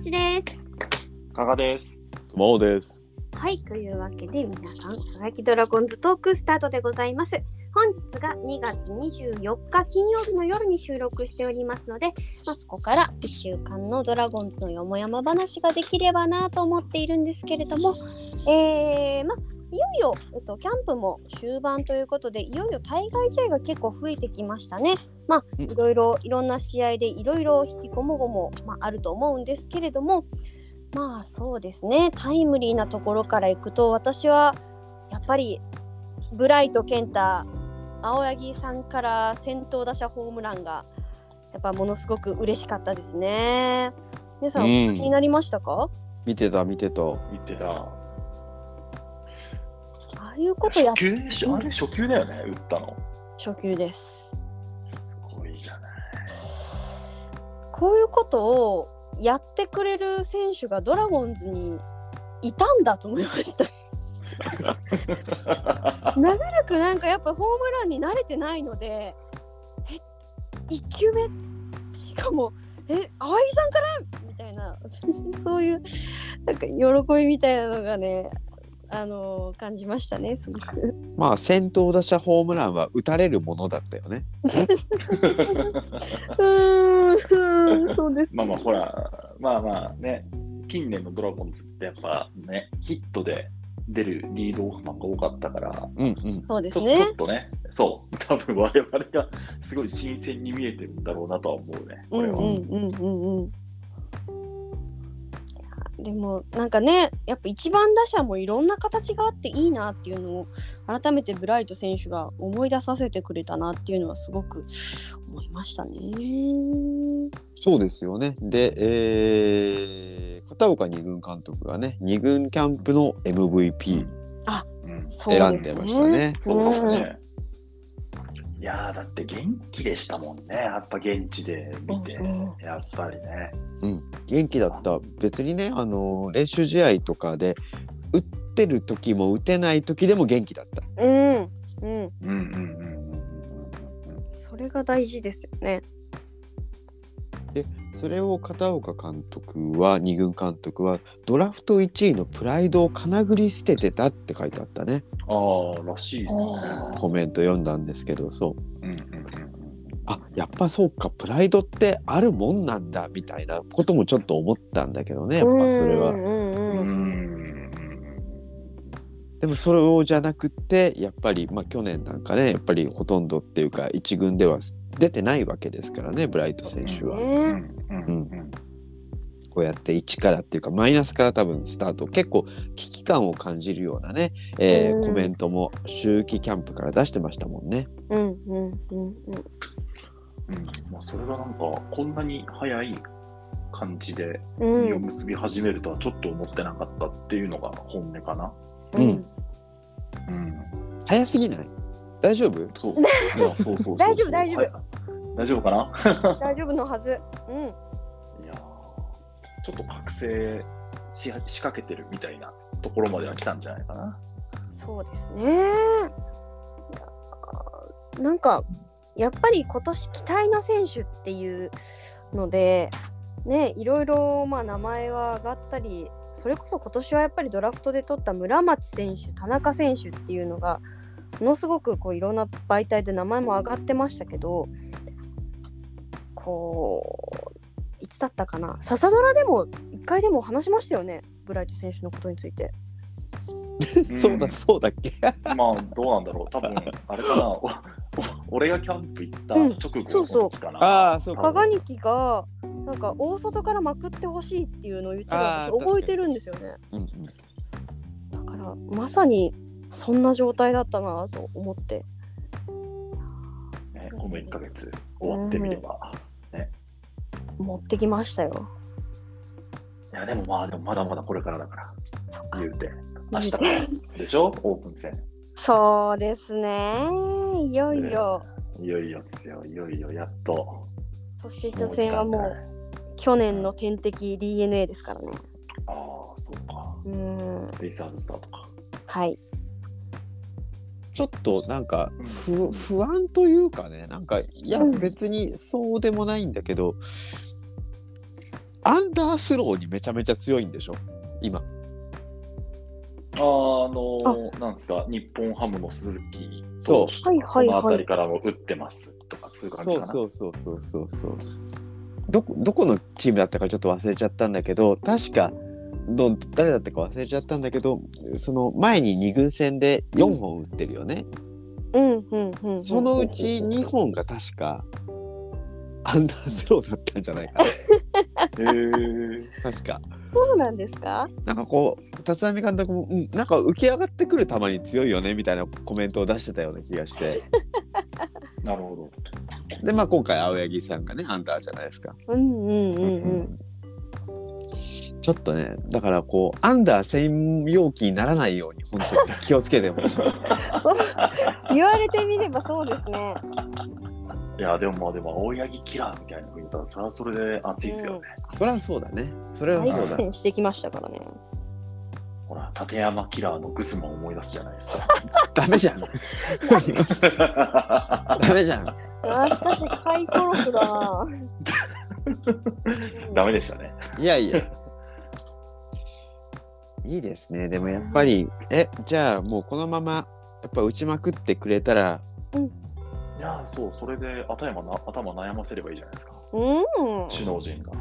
ちです。加賀です。マオです。はい、というわけで皆さん、輝きドラゴンズトークスタートでございます。本日が2月24日金曜日の夜に収録しておりますので、まあ、そこから1週間のドラゴンズのよもやま話ができればなと思っているんですけれども、えーまあいよいよ、えっと、キャンプも終盤ということでいよいよ対外試合が結構増えてきましたね。まあ、うんいろいろいろんな試合でいろいろ引きこもごも、まあ、あると思うんですけれどもまあそうですねタイムリーなところからいくと私はやっぱりブライト健太青柳さんから先頭打者ホームランがやっぱものすごく嬉しかったですね。皆さん、うん気になりましたか見てた見てた。見てた。ああいうことや初球でしょあれ初球だよね、打ったの。初級です。すごいじゃない。こういうことをやってくれる選手がドラゴンズにいたんだと思いました。長らくなんかやっぱホームランに慣れてないので、え、1球目しかもえ青井さんからみたいな そういうなんか喜びみたいなのがね。あの感じましたねすごくまあ先頭打者ホームランは打たれるものだったよね。うーんそうですまあまあ、ほら、まあまあね、近年のドラゴンズってやっぱね、ヒットで出るリードオフマンが多かったから、うんうん。そうでちすょねちょっとね、そう、 多分我々がすごい新鮮に見えてるんだろうなとは思うね、うこんれうは。んうんうんうんいやでもなんかねやっぱ一番打者もいろんな形があっていいなっていうのを改めてブライト選手が思い出させてくれたなっていうのはすごく思いましたね。そうですよね。で、えー、片岡二軍監督がね二軍キャンプのう MVP んそう選ですんでねましたね。そうですうんね。いやーだって元気でしたもんね、やっぱ現地で見て、うんうんやっぱりね。元気だった。別にねあの練習試合とかで打ってる時も打てない時でも元気だった。うんうんうんうんうんうんうんそれが大事ですよね。それを片岡監督は二軍監督はドラフト1位のプライドをかなぐり捨ててたって書いてあったね。うん。ああ、らしいですね。コメント読んだんですけどそううんうんうんあやっぱそうかプライドってあるもんなんだみたいなこともちょっと思ったんだけどねやっぱそれうんは。うんううんんでもそれをじゃなくてやっぱり、まあ、去年なんかねやっぱりほとんどっていうか一軍では出てないわけですからねブライト選手は。うんうねんうんうんこうやって一からっていうかマイナスから多分スタート結構危機感を感じるようなね、えーうんコメントも秋季キャンプから出してましたもんね。うんうんうんうんうんまあそれがなんかこんなに早い感じでうん実を結び始めるとはちょっと思ってなかったっていうのが本音かな。うんうん、早すぎない大丈夫そう。いやそうそうそうそう大丈夫大丈夫はい大丈夫かな。大丈夫のはず。うんいやーちょっと覚醒し仕掛けてるみたいなところまでは来たんじゃないかな。そうですね。いやーなんかやっぱり今年期待の選手っていうので、ね、いろいろまあ名前は上がったりそれこそ今年はやっぱりドラフトで取った村松選手田中選手っていうのがものすごくこういろんな媒体で名前も上がってましたけどこういつだったかな笹ドラでも1回でも話しましたよねブライト選手のことについて。そうだそうだっけまあどうなんだろう。多分あれかな。おお俺がキャンプ行ったうん直後そうそうの時かな。 ああそうカか。ガニキがなんか大外からまくってほしいっていうのを言ってたんあーです覚えてるんですよねうんうんだからまさにそんな状態だったなと思ってね、この1ヶ月終わってみれば。持ってきましたよいやでもまあでもまだまだこれからだからそっか言うて明日からでしょオープン戦 そうですねいよいよいよいよですよいよいよやっとそして初戦はもう去年の天敵 DNA ですからねああそうかうーんベイサーズスタートかはいちょっとなんかう不ん不安というかねなんかいやうん別にそうでもないんだけど、アンダースローにめちゃめちゃ強いんでしょ今あーあのーなんですか、日本ハムの鈴木投手そうとかはいはいはいそのあたりからも打ってますとか、そういう感じかな。そうそうそうそうそうそうどこどこのチームだったかちょっと忘れちゃったんだけど確かど誰だったか忘れちゃったんだけどその前に2軍戦で4本打ってるよね、うんうんうんうん。そのうち2本が確かアンダースローだったんじゃないかへなー確かそうなんですか。なんかこう立浪監督も、うん、なんか浮き上がってくる球に強いよねみたいなコメントを出してたような気がしてなるほど。でまあ今回青柳さんがねアンダーじゃないですかうんうんうん うん。ちょっとねだからこうアンダー専用機にならないように本当に気をつけてほしいそう言われてみればそうですね。いや、でもまあ、でも、青柳キラーみたいなふうに言ったら、それはそれで熱いですよね。 そりゃそうだねそれは大そう苦だ戦してきましたからね。ほら、立山キラーのグスマン思い出すじゃないですダメじゃんか。ダメじゃん懐かしい回顧録だ な。ダメでしたね。いやいやいいですねでもやっぱりえじゃあもうこのままやっぱ打ちまくってくれたらいや、そう、それで頭な頭悩ませればいいじゃないですか。うん。首脳陣が。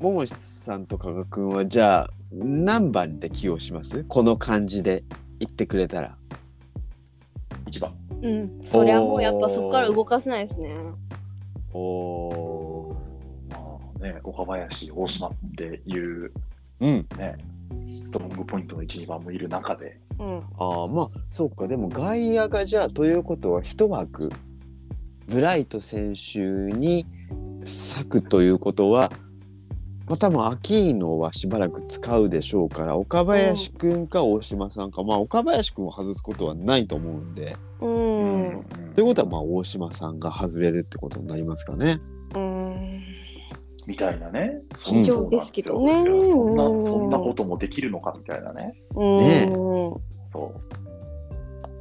桃地さんと加賀君はじゃあ何番で起用しますこの感じで言ってくれたら一番。うん。そりゃもうやっぱそこから動かせないですね。おーまあね、岡林、大島っていううんね、ストロングポイントの1、2番もいる中で、うん。ああまあそうかでも外野がじゃあということは一枠ブライト選手に割くということはまあ多分アキーノはしばらく使うでしょうから岡林くんか大島さんか、まあ岡林くんを外すことはないと思うんでうん。うんということはまあ大島さんが外れるってことになりますかね。みたいなね、うんそうなんですよ企業ですけどねそんなうんそんなこともできるのかみたいなね、うん。ねそう。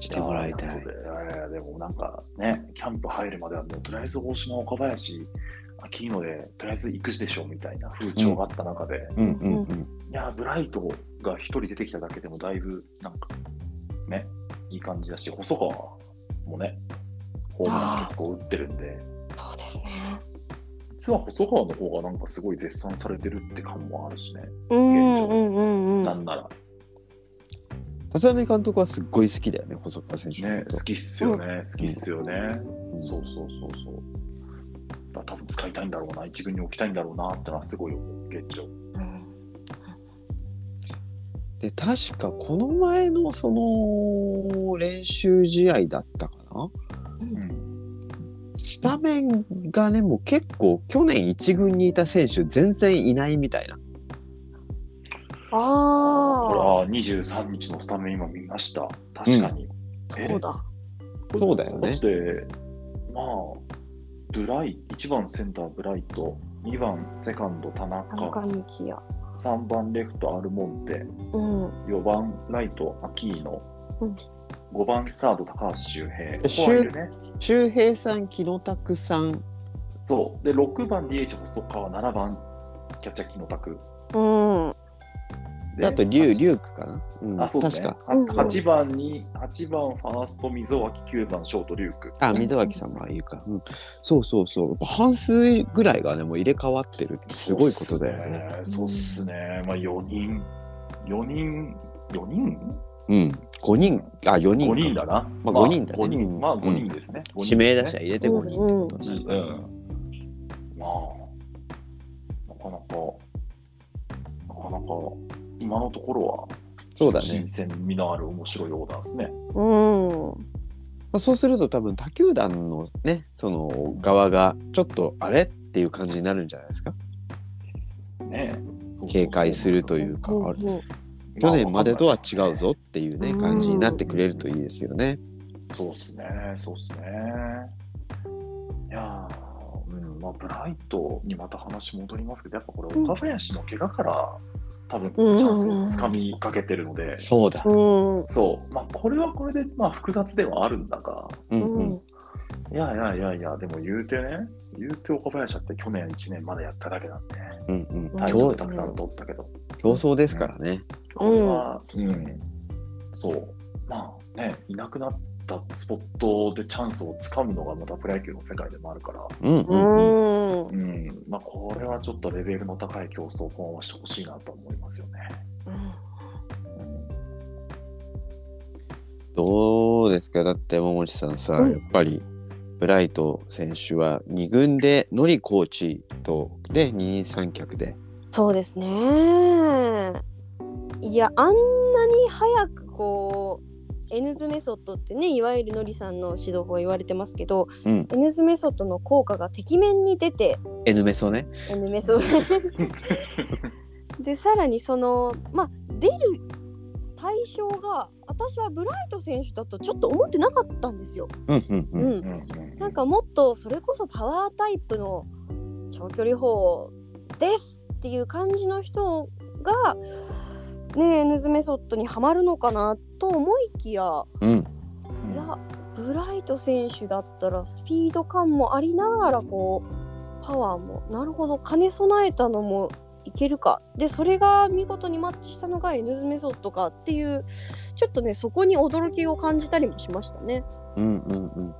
してもらいたそうい。でいやいやでもなんかね、キャンプ入るまではもうとりあえず大島、岡林、秋野でとりあえず行くでしょうみたいな風潮があった中で、うんうんうん。いや、ブライトが一人出てきただけでもだいぶなんかね、いい感じだし、細川もね、ホームラン結構打ってるんで、そうですね。実は細川の方がなんかすごい絶賛されてるって感もあるしね、うんうんうんう。なんんなら立浪監督はすっごい好きだよね細川選手のねこ、と好きっすよね、好きっすよね。うんそうそうそうそう。だから多分使いたいんだろうな、一軍に置きたいんだろうなってのはすごい思う、現状。で確かこの前のその練習試合だったかなうん、スタメンがねもう結構去年一軍にいた選手全然いないみたいなこれああ。は23日のスタメン今見ました、確かに。えそうだ。そうだよねだって、まあ、ブライ、1番センターブライト、2番セカンド田田中中、道也。 3番レフトアルモンテ、うん。 4番ライトアキーノ、うん5番サード高橋周平、こ周こはいるね。周平さん木野拓さんそう。で、6番 DH 細川、7番キャッチャー木野拓。うん。であと龍龍クかな、うん、あ、そうです確ね。かは8番に、八番ファースト、溝脇、9番ショート、リュウク。あ水脇さんもああいうか、うん、そうそうそうやっぱ半数ぐらいがねもう入れ替わってるってすごいことだよね。そうっすね。まあ、4人、4人、4人うん5人あ4人 ?5 か人だな。まあ五人だね5人、まあ、うん5人ですね。五指人名ですね打者入れて5人ってことうにんなる、まあ、なかなか、なかなか、今のところそうだは、ね新鮮味のある面白いオーダーですね。うん。まあ、そうすると多分他球団のねその側がちょっとあれっていう感じになるんじゃないですかねそうそうそう警戒するというかあれ去年までとは違うぞっていうねうん感じになってくれるといいですよね。そうっすね、そうっすね。いやー、うんまあ、ブライトにまた話戻りますけど、やっぱこれ、うん岡林の怪我から、多分チうんャンスをつかみかけてるので、そうだ、うん。そう、まあ、これはこれで、まあ、複雑ではあるんだが、うんうんうん。いやいやいやいや、でも言うてね、言うて岡林だって去年1年までやっただけなんで、うんうん、はいタイ競ムたくさん取ったけど。競争ですからね。これうん。は、うん、そう、まあね、いなくなったスポットでチャンスをつかむのがまたプロ野球の世界でもあるから、うんうんうんうんう。ん、まあこれはちょっとレベルの高い競争をこのまましてほしいなと思いますよね。どうですかだって桃地さんさ、うんやっぱりブライト選手は2軍でノリコーチとで二人三脚で。そうですね。いやあんなに早くこう N ズメソッドってねいわゆるのりさんの指導法言われてますけど、うん、 N ズメソッドの効果がてきめんに出て N メソね。 N メソでさらにそのまあ出る対象が私はブライト選手だとちょっと思ってなかったんですよ。うんうんうん。うんなんかもっとそれこそパワータイプの長距離砲ですっていう感じの人がねえ N ズメソッドにはまるのかなと思いきやうんうんいやブライト選手だったらスピード感もありながらこうパワーもなるほど兼ね備えたのもいけるかでそれが見事にマッチしたのが N ズメソッドかっていうちょっとねそこに驚きを感じたりもしましたね。うんうんうん。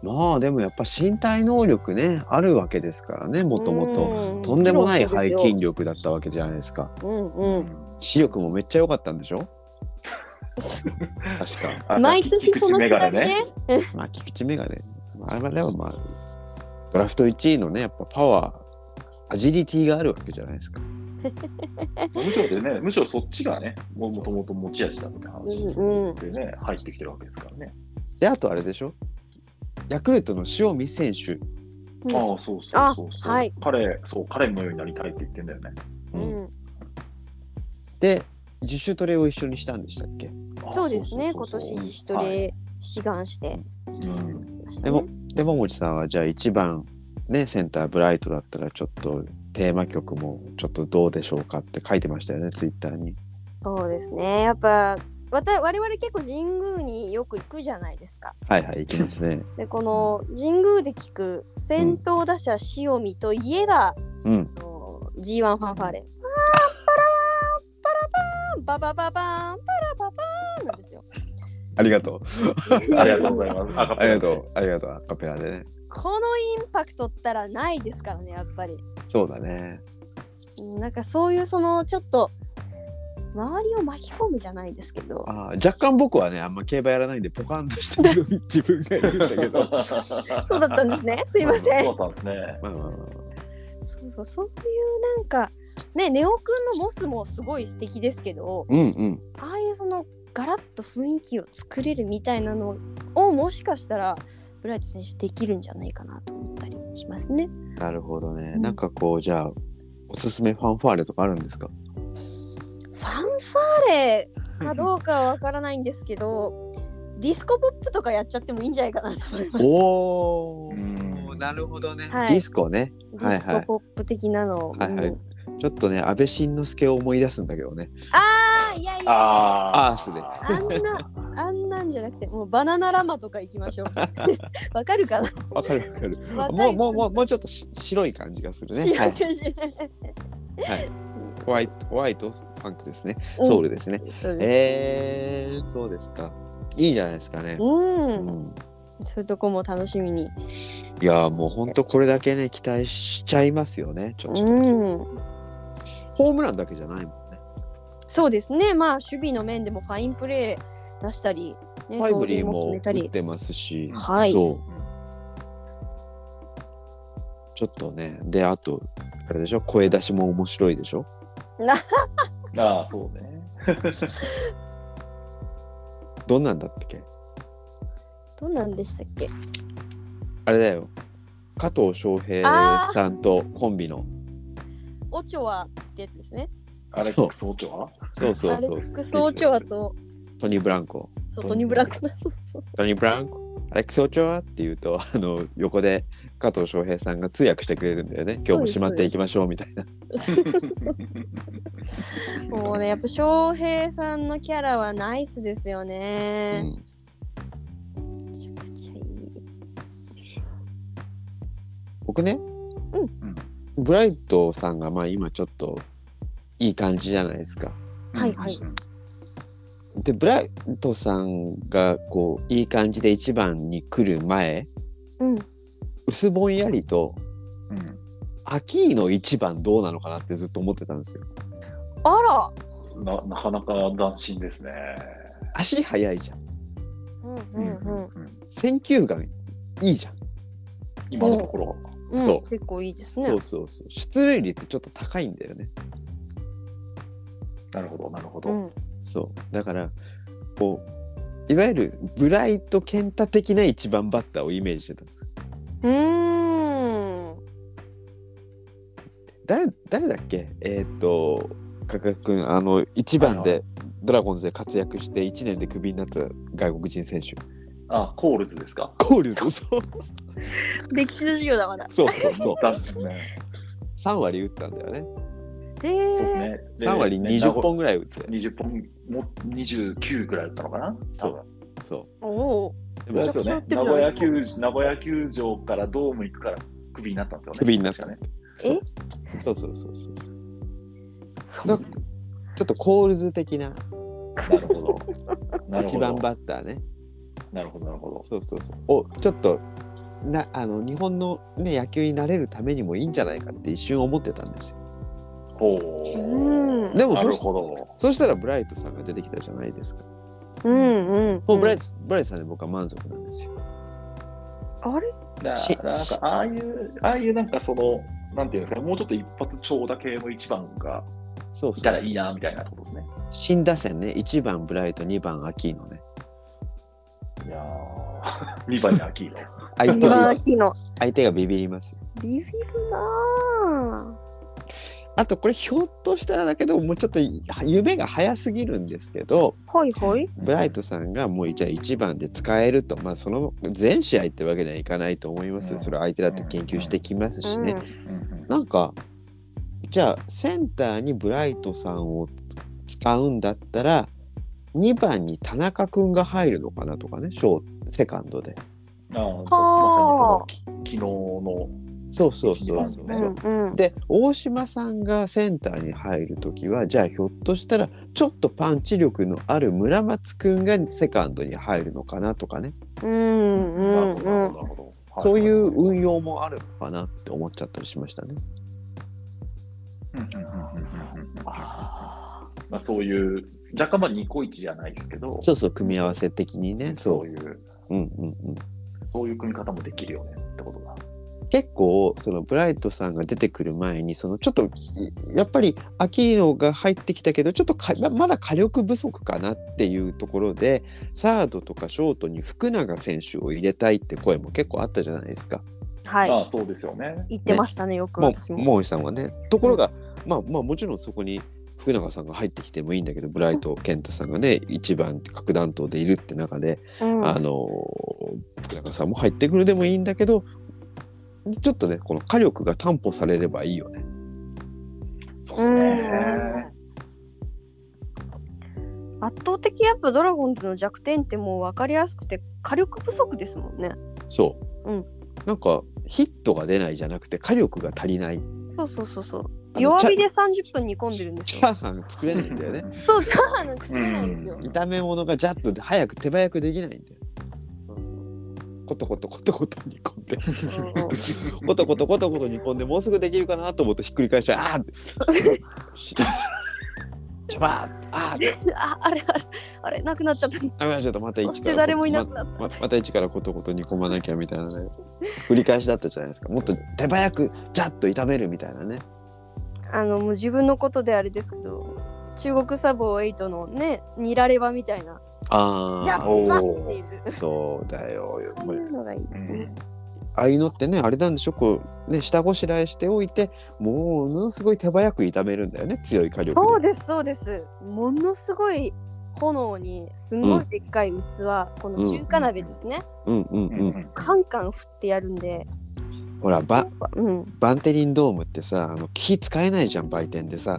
まあでもやっぱ身体能力ねあるわけですからねもともと。うとんでもないプロで背すよ筋力だったわけじゃないですか。うんううんん視力もめっちゃ良かったんでし ょ確か。あ毎年そのく口眼だ鏡りね。まあ、菊池メガネ。あれはまあ、ドラフト1位のね、やっぱパワー、アジリティがあるわけじゃないですか。むしろでね、むしろそっちがね、もともと持ち味だって話うんうんでね、入ってきてるわけですからね。で、あとあれでしょヤクルトの塩見選手。うんああ、そうそうあそうそう、はい彼、そう、彼のようになりたいって言ってんだよね。うん、で、自主トレを一緒にしたんでしたっけああそうですね、今そうそ年うそう自主トレ志願してはいうんましたでねも、でも、もちさんはじゃあ1番、ね、センターブライトだったらちょっとテーマ曲もちょっとどうでしょうかって書いてましたよね、ツイッターに。そうですね、やっぱわた我々結構神宮によく行くじゃないですか。はいはい、いきます ね。で、この神宮で聞く先頭打者塩見といえば、うん。あの G1 ファンファーレ。あーパラパラパラパーンババババーンパラパパーンなんですよ。ありがとう。 ありがとうございます。ありがとう。ありがとう。アカペラでね。 このインパクトったらないですからね、やっぱり。そうだね。うんなんかそういうそのちょっと周りを巻き込むじゃないですけど。あー若干僕はねあんま競馬やらないんでポカンとしてる 自分がいるんだけどそうだったんです ね。 すいませんそ。うなんですね。まあまあまあまそうそうそういうなんかねネオくんのモスもすごい素敵ですけどあうんうんああいうそのガラッと雰囲気を作れるみたいなのをもしかしたらブライト選手できるんじゃないかなと思ったりしますね。なるほどね、うんなんかこうじゃあおすすめファンファーレとかあるんですかファンファーレかどうかはわからないんですけどディスコポップとかやっちゃってもいいんじゃないかなと思います。おうーん。なるほどね、はいディスコねディスコポップ的なのを。はいはいうんちょっとね安倍晋之助を思い出すんだけどねあーいやいやいやあアースであん なあんなんじゃなくてもうバナナラマとか行きましょう。 わかるかなわかるわかる若いもうもうもうもうちょっとし白い感じがするねは白い、くしはい、ホワイトホワイトパンクですねうんソウルですね、そうですえー、そうですかいいじゃないですかね、う、うんんそういうとこも楽しみに。いやーもうほんとこれだけね期待しちゃいますよねちょっと、うん、ホームランだけじゃないもんねそうですね。まあ守備の面でもファインプレー出したり、ね、タイムリー盗塁も決めた打っり。てますし、はいそうちょっとねであとあれでしょ声出しも面白いでしょああ、そうね。 どんなんだったっけどうなんでしたっけ？あれだよ加藤翔平さんとコンビのオチョアってやつですね。アレックス総長はそうそうそうアレックスオチョアとトニー・ブランコ外にブランコだそう そう。トニー・ブランコアレックス・オチョアって言うとあの横で加藤翔平さんが通訳してくれるんだよね今日もしまっていきましょうみたいなもうねやっぱ翔平さんのキャラはナイスですようね。んめちゃくちゃいい。僕ね、うんブライトさんがまあ今ちょっといい感じじゃないですか。はいはいうんうんうんでブライトさんがこういい感じで1番に来る前うん。薄ぼんやりとうんアキーノ1番どうなのかなってずっと思ってたんですよ。あら。ななかなか斬新ですね。足速いじゃんうんうんうん。ん選球眼いいじゃん。今のところ、うん、そう結構いいですね。そうそうそう出塁率ちょっと高いんだよね。なるほど、なるほど。うん。そうだからこういわゆるブライト健太的な1番バッターをイメージしてたんです。うーん。誰誰だっけえーっ、と加賀君あの1番はでドラゴンズで活躍して1年でクビになった外国人選手あ、コールズですか。コールズそう歴史の授業だまだ。そうそう そうだね。 3割打ったんだよねへそうですえ。ね。で3割ね20本ぐらい打つ20本も29ぐらいだったのかなそう多分そおお。そうですよねめちゃ名くちゃ古や屋ってる球名古屋球場からドーム行くからクビになったんですよねクビになった確かねうそうそうそうそうそうそうだちょっとコールズ的ななるほ どなる1ほ番どバッターねなるほどなるほどそうそうそうをちょっとなあの日本の、ね、野球に慣れるためにもいいんじゃないかって一瞬思ってたんですよほううんでもなそるしほどそしたらブライトさんが出てきたじゃないですかうんうん。もうブライト,、ブライトさんで僕は満足なんですよあれ。だしからなんかああいうああいうなんかそのなんていうんですかもうちょっと一発長打系の一番がそういそたうらいいなみたいなってことですね新打線ね1番ブライト2番アキーノねいや ー2番にアキーノ相手茨が城の。相手がビビりますビビるなあとこれひょっとしたらだけどもうちょっと夢が早すぎるんですけどぁ。はいはい。ブライトさんがもうじゃあ1番で使えるとまあその全試合ってわけにはいかないと思いますよそれは相手だって研究してきますしねなんかじゃあセンターにブライトさんを使うんだったら2番に田中君が入るのかなとかねショーセカンドであーはまさにそのき昨日のそうそうそうそうそう、うんうん。で大島さんがセンターに入る時はじゃあひょっとしたらちょっとパンチ力のある村松くんがセカンドに入るのかなとかね、うんうんなるほどうなんる。ほどはそういはうは運用もあるのかなって思っちゃったりしましたね。うんうんうんうんうんまあ、そういう若干まあニコイチじゃないですけどそうそう組み合わせ的にねそそういうう,、うんうんうん、そういう組み方もできるよねってことだ。結構そのブライトさんが出てくる前にそのちょっとやっぱりアキーノが入ってきたけどちょっとかままだ火力不足かなっていうところでサードとかショートに福永選手を入れたいって声も結構あったじゃないですか。はい。ああそうですよね。言ってましたねよくも私うも。モーリーさんはね。ところが、まあまあもちろんそこに福永さんが入ってきてもいいんだけどブライト健太さんがね一番核弾頭でいるって中で、うんあのー福永さんも入ってくるでもいいんだけどちょっとねこの火力が担保されればいいよね。そうですね。うん圧倒的やっぱドラゴンズの弱点ってもう分かりやすくて火力不足ですもんね。そう、うんなんかヒットが出ないじゃなくて火力が足りないそうそうそうそう。あの弱火チで30分煮込んでるんャですチよ。ャーハン作れないんだよねそう、チャーハンなんて作れないんですよう。ん炒め物がジャッと早く手早くできないんだよコトコトコトコト煮込んでコトコトコトコト煮込んでもうすぐできるかなと思ってひっくり返しちゃあーってしちょばーってあーってああれあれあれなくなっちゃった。あまあちょっとまた一そからして誰もいなくなっままた一からコトコト煮込まなきゃみたいなね繰り返しだったじゃないですかもっと手早くジャッと炒めるみたいなねた。あのもう自分のことであれですけど。中国サボエイトのね、ニラレバみたいな。あージャおッーパっていう。そうだよ。そういう のがいいですね。ああいうのってね、あれなんでしょこう、ね、下ごしらえしておいて、もうものすごい手早く炒めるんだよね、強い火力で。そうですそうですものすごい炎にすごいでっかい器、この中華鍋ですね、うんうんううんん。うんカンカン振ってやるんでほら、ば、うんバンテリンドームってさ、あの火使えないじゃん、売店でさ。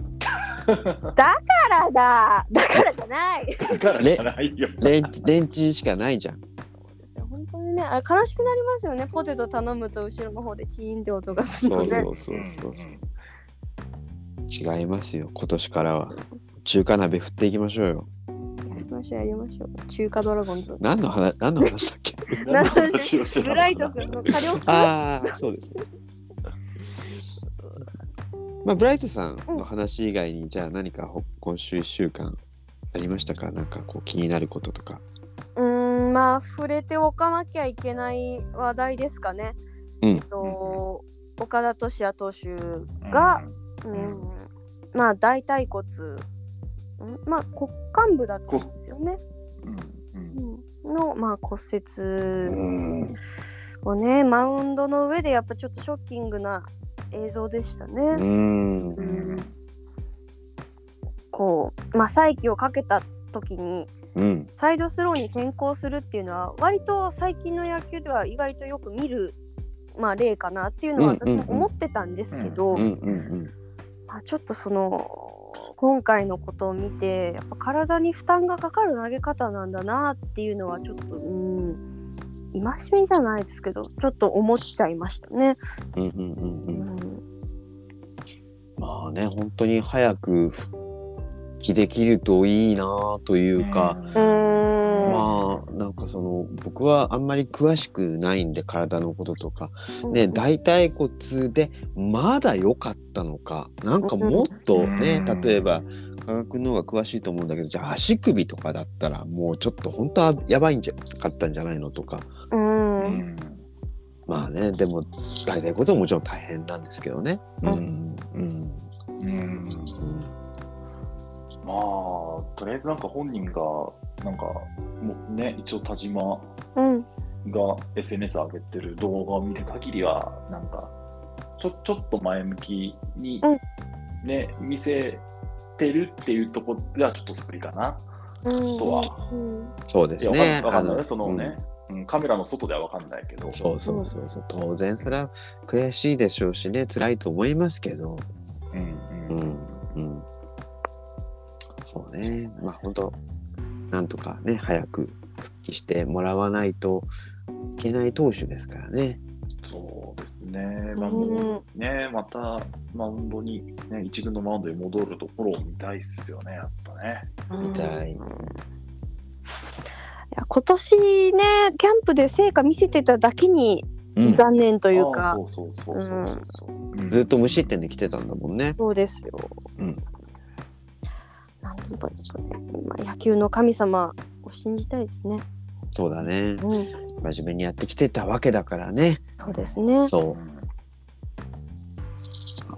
からだだからじゃないだからじゃないよ。 レンチ、レンチンしかないじゃん。そうですよ本当にね、あれ悲しくなりますよね。ポテト頼むと後ろの方でチーンって音がするそのうで。そうそうそうそう違いますよ今年からは中華鍋振っていきましょうよやりましょうやりましょう。中華ドラゴンズ。何の話何の話だっけうんなんで話をしてたブのライト君の火力。ああそうですまあブライトさんの話以外にじゃあ何かほ今週1週間ありましたかなんかこう気になることとかうーんまあ触れておかなきゃいけない話題ですかね。うんえっと岡田敏也投手が、うんまあ大腿骨、うんまあ骨幹部だったんですよね。うん、うんうんの、まあ、骨うん折をねマウンドの上でやっぱちょっとショッキングな映像でしたね。うんんうんこう、まあ、再起をかけた時にうんサイドスローに転向するっていうのは割と最近の野球では意外とよく見る、まあ、例かなっていうのは私も思ってたんですけど、うんうんまあ、ちょっとその今回のことを見てやっぱ体に負担がかかる投げ方なんだなっていうのはちょっとうん戒めじゃないですけどちょっと思っちゃいましたね。うんうんうんうんううんんまあね本当に早く復帰できるといいなというか、うーんまあなんかその僕はあんまり詳しくないんで体のこととか、ね大腿骨でまだ良かったのかなんかもっとね、うん例えば科学の方が詳しいと思うんだけどじゃあ足首とかだったらもうちょっと本当はやばいんじゃなかったんじゃないのとかうんううんんまあねでも大腿骨はもちろん大変なんですけどね。うんうんうんうんうんまあとりあえずなんか本人がなんかもうね一応田島うんが SNS 上げてる動画を見る限りは、なんか、ちょちょっと前向きに、ね、見せてるっていうところがちょっと作りかな。とはうんそうでいすや、わかね。んわかんなあいのね、そのね、うんカメラの外ではわかんないけど、そうそうそうそう、当然それは悔しいでしょうしね、辛いと思いますけど、うんううんん、うん。そうね、まあ本当、なんとかね、早く復帰してもらわないといけない投手ですからね。そうですね、まあ、もうね、またマウンドに、ね、一軍のマウンドに戻るところを見たいっすよね、やっぱね。みたいうんいや今年ねキャンプで成果見せてただけにうん、残念とというか、そうそうそうそうそうそう、うんずっと無失点で来てたんだもんね。そうですよ。うんなんとも言えばね、まあ、野球の神様を信じたいですね。そうだね。うん、真面目にやってきてたわけだからね。そうですね。そうう。ん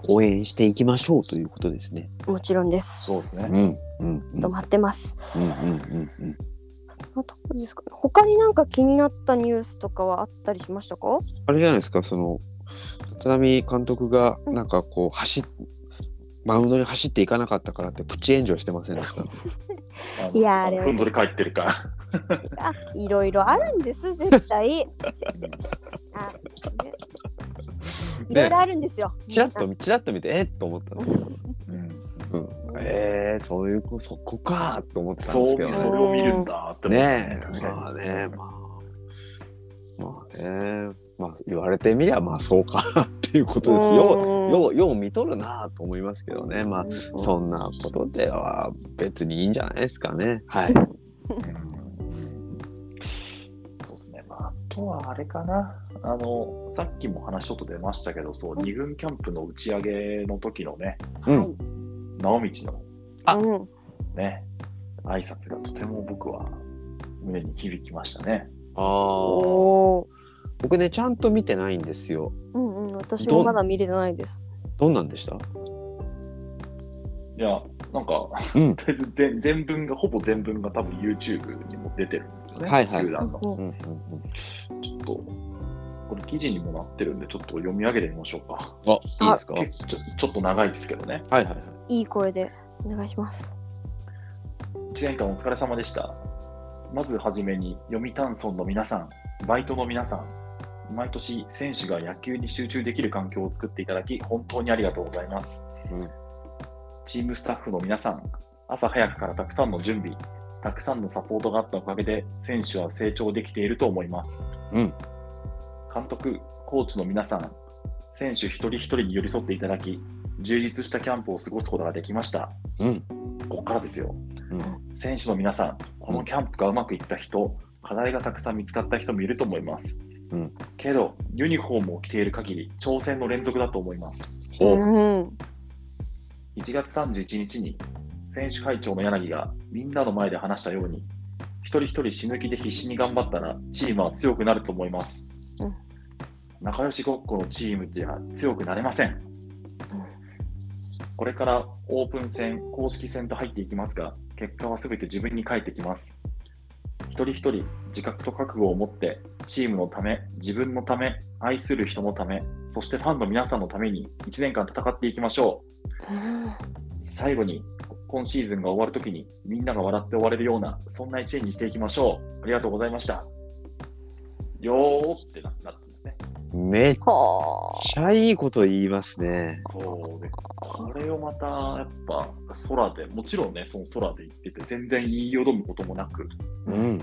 応援していきましょうということですね。もちろんです。そうですねうん。うん。うん。う止ん。まってます。うん。うん。そのとこですかね。他になんか気になったニュースとかはあったりしましたか？あれじゃないですか、その、立浪監督が、なんかこう、走っ、マウンドに走っていかなかったからって、プチ炎上してませんでした。あのいやあれはふんぞり返ってるから。あ、いろいろあるんです。絶 対。あ、ね、いろいろあるんですよ。チラッと、チラッと見て、えっと思ったんですよ。うんうん、えー、そういうこ、そこかと思ってたんそですうけどそね。れを見るんだって思ってねえ、確かにまあね、まあ、まあね、まあ、言われてみりゃ、まあ、そうかっていうことです。よう、よう、よう見とるなと思いますけどね。まあ、そんなことでは別にいいんじゃないですかね。はい。そうですね、まあ、あとはあれかなあの、さっきも話ちょっと出ましたけど、そう、二軍キャンプの打ち上げの時のね、う。うんんはい。直道のあうん。ね、挨拶がとても僕は胸に響きましたね。ああ。おー僕ねちゃんと見てないんですようんうん。私もまだ見れてないです。どんなんでしたいや、なんか、うんとりあえず全全文が、ほぼ全文が多分 YouTube にも出てるんですよね、はいはい球う団の。んうん。うんうんちょっと、これ記事にもなってるんで、ちょっと読み上げてみましょうか。あいいですか結構ちょちょっと長いですけどね。はいはいはいいい声でお願いします。 1年間お疲れ様でした。まずはじめに、読谷村の皆さん、バイトの皆さん、毎年選手が野球に集中できる環境を作っていただき、本当にありがとうございます。うんチームスタッフの皆さん、朝早くからたくさんの準備、たくさんのサポートがあったおかげで、選手は成長できていると思います。うん監督、コーチの皆さん、選手一人一人に寄り添っていただき、充実したキャンプを過ごすことができました。うんここからですよ。うん選手の皆さん、このキャンプがうまくいった人、課題がたくさん見つかった人もいると思います。うんけど、ユニフォームを着ている限り、挑戦の連続だと思います。おうん1月31日に選手会長の柳がみんなの前で話したように一人一人死ぬ気で必死に頑張ったらチームは強くなると思います、うん仲良しごっこのチームじゃ強くなれません、これからオープン戦公式戦と入っていきますが結果は全て自分に返ってきます一人一人自覚と覚悟を持ってチームのため自分のため愛する人のためそしてファンの皆さんのために1年間戦っていきましょう最後に今シーズンが終わるときにみんなが笑って終われるようなそんな一年にしていきましょうありがとうございましたよーってななってますねめっはちゃいいこと言いますね。そうでこれをまたやっぱ空でもちろんねその空で行ってて全然言いよどむこともなくうん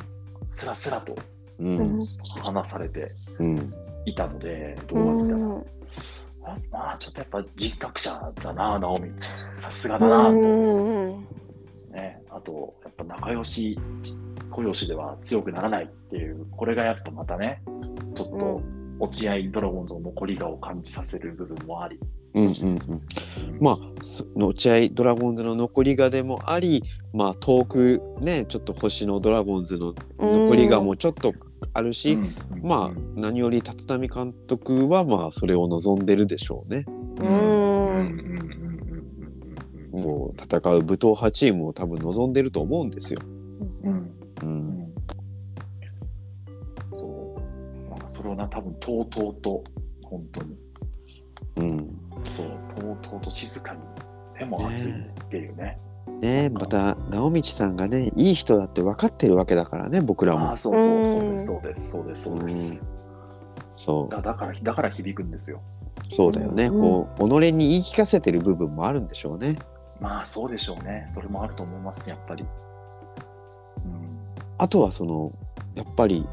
スラスラとうあ。ん話されてうんいたのでう動画見たら、ん。あまあちょっとやっぱ人格者だな直美さすがだなとうん。ね、あと、やっぱ仲良し、小良しでは強くならないっていう、これがやっぱまたね、ちょっと落合ドラゴンズの残り顔を感じさせる部分もあり、うんうんうん。まあ、その落合ドラゴンズの残りがでもあり、まあ、遠くね、ちょっと星のドラゴンズの残りがもうちょっとあるし、まあ、何より立浪監督は、まあ、それを望んでるでしょうね。うあうんん。うんうんうんうんうんもう戦う武闘派チームを多分望んでると思うんですよ。ううんん。う。うんんそう、なんかそれをな、多分とうとうと、本当に、うん。そう、とうとうと静かに、でも熱いっていうね。ねえまた、直道さんがね、いい人だって分かってるわけだからね、僕らああ、も。そうそう、そうです、そうです、そうです、そうです。そだだから、だから響くんですよ。う、そうだよね。うんこう、己に言い聞かせてる部分もあるんでしょうね。まあそうでしょうね。それもあると思います、やっぱり。うん。あとはそのやっぱり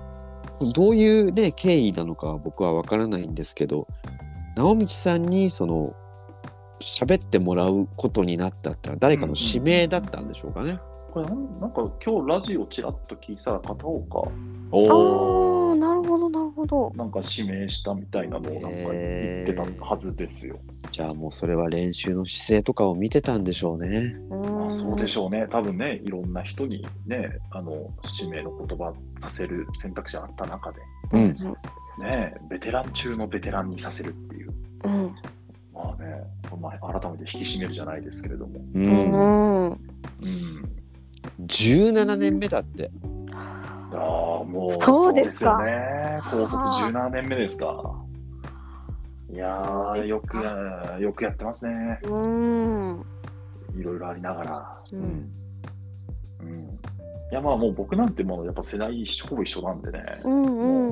どういうね経緯なのかは僕は分からないんですけど直道さんにその喋ってもらうことになったってのは誰かの指名だったんでしょうかね。これなん、なんか今日ラジオちらっと聞いたら片岡、ああ、なるほど、なるほど。なんか指名したみたいなのをなんか言ってたはずですよ。じゃあもうそれは練習の姿勢とかを見てたんでしょうね。まああそうでしょょうね。多分ね、いろんな人にね、あの、指名の言葉させる選択肢あった中で、ううんん。ね、ベテラン中のベテランにさせるっていう。うん。まあね、まあ、改めて引き締めるじゃないですけれども。うん、うんうん。 17年目だって。ああ、もう、そうですかそうですよね。高卒17年目ですか。いやそうー、でよすくかや、よくやってますね。うん。いろいろありながら。う。うんうん。いや、まあもう僕なんてもうやっぱ世代一緒ほぼ一緒なんでね、うん。う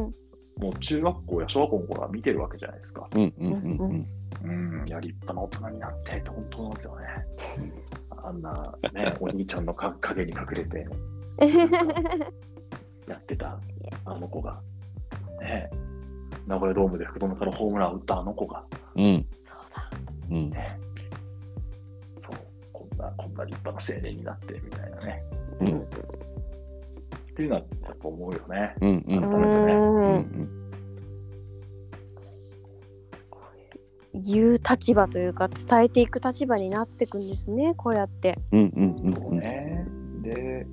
ん。もう中学校や小学校の頃は見てるわけじゃないですか。うんうんうんうん。うん。いや、立派な大人になってって本当なんです よね。あんな、ね、お兄ちゃんのか影に隠れてやってたあの子が、ね、名古屋ドームで福留からホームランを打ったあの子が、うん そうだ。うん。ね、そう、こんな、こんな立派な青年になってみたいなね。うんっていうのは、やっぱ思うよね。うんうんううん。ん言う立場というか、伝えていく立場になっていくんですね。こうやって。うんうんうんそうね。で、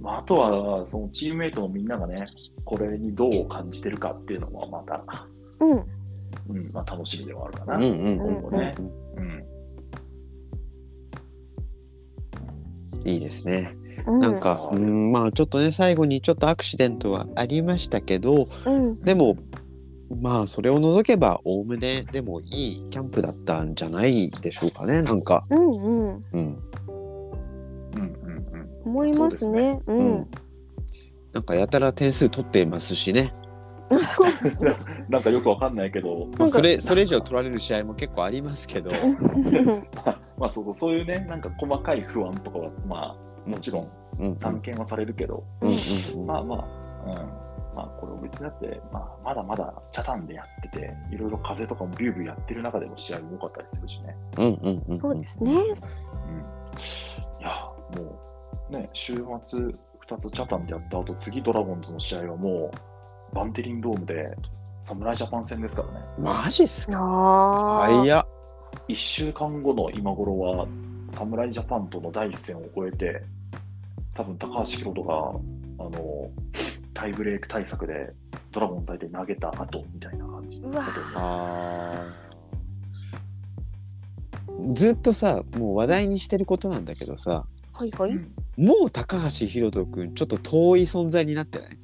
まあ、あとは、そのチームメイトのみんながね、これにどう感じてるかっていうのは、また、うん。うん、まあ、楽しみではあるかうな。んうん今後ねう。んうん。いいですね。うん。なんか、ううんん、まあちょっとね最後にちょっとアクシデントはありましたけどうん。でもまあそれを除けばおおむねでもいいキャンプだったんじゃないでしょうかねなんか、うん。うん。うんうんうんうん。思いますね。ううんん。なんかやたら点数取ってますしね、そうですね。なんかよくわかんないけど、まあ、そなんれかそれ以上取られる試合も結構ありますけど、うんまあそうそう、そういうね、なんか細かい不安とかは、まあ、もちろんうんうん参見はされるけど、うんうんうんまあまあ、うん、まあこれ別にだって、まあ、まだまだチャタンでやってて、いろいろ風とかもビュービューやってる中でも試合多かったりするしね。うんうんうんそうですね。うん、いや、もうね、週末2つチャタンでやった後、次ドラゴンズの試合はもう、バンテリンドームで、侍ジャパン戦ですからね、マジっすかあー早や1週間後の今頃は、侍ジャパンとの第一戦を終えて、多分高橋宏斗が、あの、タイブレーク対策で、ドラゴンズ相手に投げた後みたいな感じだと思いますあーずっとさもう話題にしてることなんだけどさはいはうい。んもう高橋宏斗くんちょっと遠い存在になってない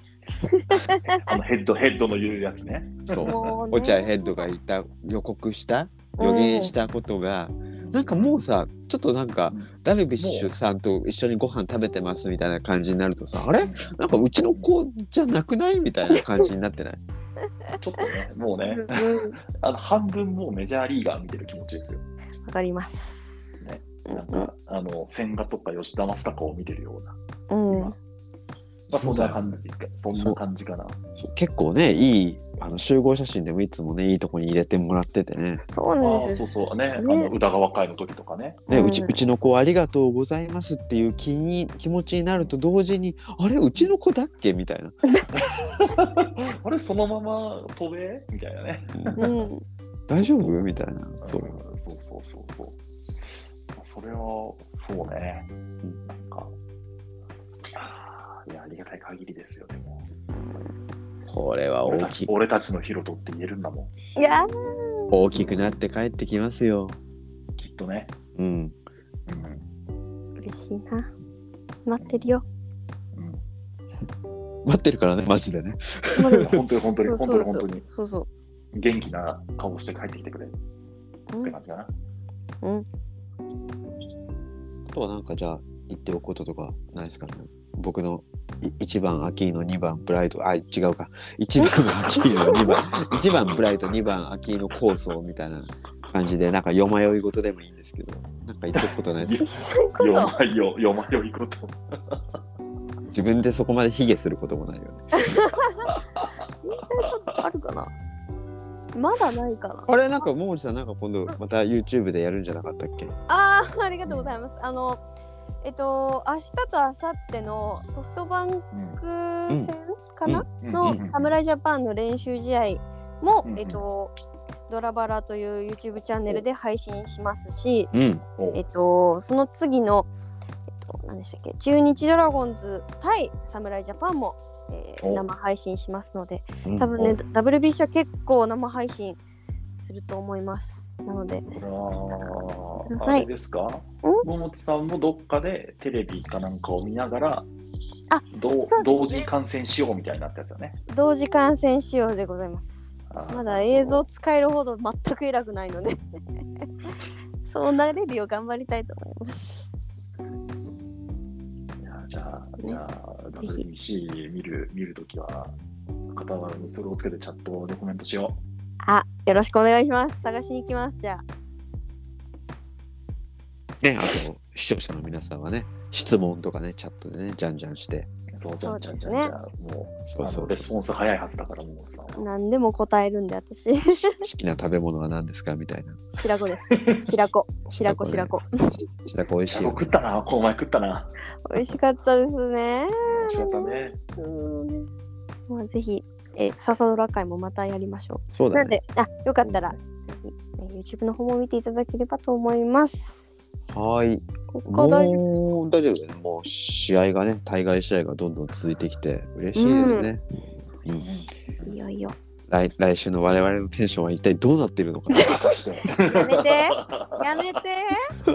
あのヘッド、ヘッドの言うやつね。そうもうね落合ヘッドが言った予告した予言したことがなんかもうさちょっとなんかダルビッシュさんと一緒にご飯食べてますみたいな感じになるとさあれなんかうちの子じゃなくないみたいな感じになってないちょっとね、もううねん、うんあの半分もうメジャーリーガー見てる気持ちですよ。わかります。ねなんか、あの、千賀とか吉田正尚を見てるような、うんうんまあ、そんな感じか、そんな感じかな。そう結構ねいいあの集合写真でもいつもねいいとこに入れてもらっててねそうあなんあでー、すそうよ。そう、ね、あねの、宇田川会の時とかね。ね、うんうちうちの子ありがとうございますっていう気に気持ちになると同時にあれうちの子だっけみたいなあれ、そのまま渡米みたいなね。うん。大丈夫みたいなそううんそうそうそうそう。それは、そうね。なんか、あーいや、ありがたい限りですよ、でも。これは俺大たきちく俺たちのヒロトって言えるんだもん。いやー、大きくなって帰ってきますよきっとね。うんうん。嬉しいな。待ってるよ。うん待ってるからねマジでねまあでも本当に本当にそうそ本当うにそ本う当にそうそ元気な顔して帰ってきてくれっう。うてん感じかな。あとはなんかじゃあ言っておくこととかないですかね僕の1番アキーノ2番ブライトあ違うか1番アキーノ2番1 番ブライト2番アキーノ構想みたいな感じでなんかよまよい事でもいいんですけどなんか言っておくこと ないですか一緒にこよと。まよよまよいこと。自分でそこまで卑下することもないよね言いたいことあるかな。まだないかな。あれなんか桃地さんなんか今度また YouTube でやるんじゃなかったっけああ、ありがとうございます。あの、えっと、明日と明後日のソフトバンうんク戦かな、うんうんうんの侍ジャパンの練習試合も、うんうんえっと、ドラバラという YouTube チャンネルで配信しますし、うんおえっと、その次の、えっと、何でしたっけ中日ドラゴンズ対侍ジャパンも、えーお生配信しますのでうん多分ね WBC は結構生配信すると思いますなのでこくれだはさいあれですか桃地さんもどっかでテレビかなんかを見ながらあどそううですね同時観戦しようみたいになったやつだね。同時観戦仕様でございますあーまだ映像使えるほど全く偉くないので そうなれるよう頑張りたいと思いますいやじゃあ、ねじゃあぜひ WBC 見る見るときは傍らにそれをつけてチャットでコメントしよあよろしくお願いします探しに行きますじゃあねあと視聴者の皆さんはね質問とかねチャットでねじゃんじゃんしてう。そうじゃんじゃんじゃんそうじですゃんもうそうあそのうそレうスポンス早いはずだから桃地さんは。何でも答えるんで私 好きな食べ物は何ですかみたいな白子です白子白子白白子子白子美味しいよね食ったな、この前食ったな。美味しかったですね。美味しかったね。うんまあ、ぜひ、え、笹ドラ会もまたやりましょそうう。だなんねで、あ、よかったら、ぜひ、ね、YouTube の方も見ていただければと思います。はーいここ大丈夫もう大丈夫だねもう試合がね対外試合がどんどん続いてきて嬉しいですね、うんいよいよ。来来週の我々のテンションは一体どうなってるのかな果た してやめて、 やめて、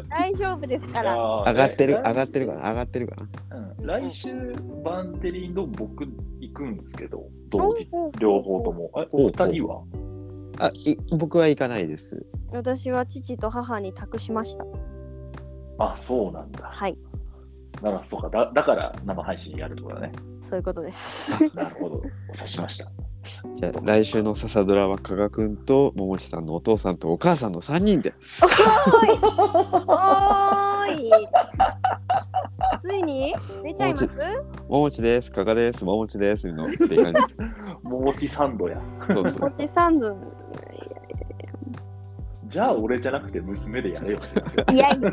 大丈夫ですかいやら。ー上がってるね上がってるかな上がってるかなうん来週、バンテリンの僕行くんですけど、お同時、お両方とも。え、お二人はあい僕は行かないです私は父と母に託しました。あ、そうなんだ。はい、なら、そうか。だだから、生配信やるところだね。 そういうことです。なるほど。お察しました。じゃあ来週の笹ドラは加賀くんと桃地さんのお父さんとお母さんの3人でおーい。ついに出ちゃいます？桃地です加賀です桃地ですのっていう感じですもちサンドや。そうそうポチ三分。じゃあ俺じゃなくて娘でやれよ。いやいや、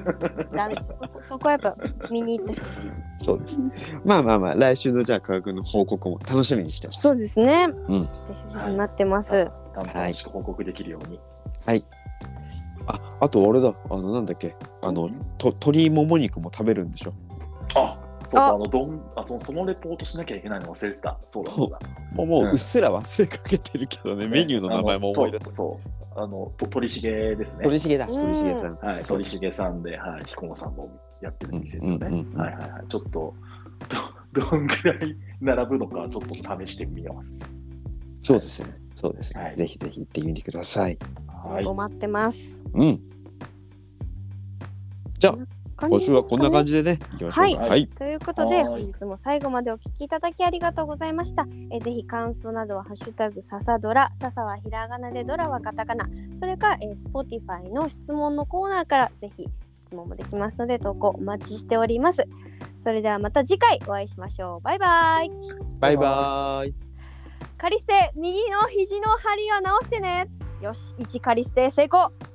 ダメです。そこそこはやっぱ見に行った人じゃない。そうですまあまあまあ来週のじゃあ加賀くんの報告も楽しみにしてますそうですね。うんぜひぜひ待ってます。担当しく報告できるように。ああとあれだあのなんだっけあのと鶏もも肉も食べるんでしょあそうか、ああのどんあその、そのレポートしなきゃいけないの忘れてた。そうだそうだ。もうもううんうっすら忘れかけてるけどね、メニューの名前も思い出すす。そう、あの、と鳥しげですね。鳥しげだうん鳥しげさんはい、鳥しげさんで、はい、彦摩さんもやってる店ですよね。うんうんうんうんはいはいはい。ちょっと、ど、どんぐらい並ぶのか、ちょっと試してみます。そうですねそうですね、はいぜひぜひ行ってみてくださいはい。ご待ってます。うんじゃあ今週はこんな感じですかね。じでね行きましょうかはいはい、ということではー本い日も最後までお聞きいただきありがとうございました。えーぜひ感想などはハッシュタグササドラ、ササはひらがなでドラはカタカナ、それか、えー、Spotify の質問のコーナーからぜひ質問もできますので投稿お待ちしております。それではまた次回お会いしましょう。バイバイ。バイバーイカリステ右の肘の張りは直してね。よし、1カリステ成功。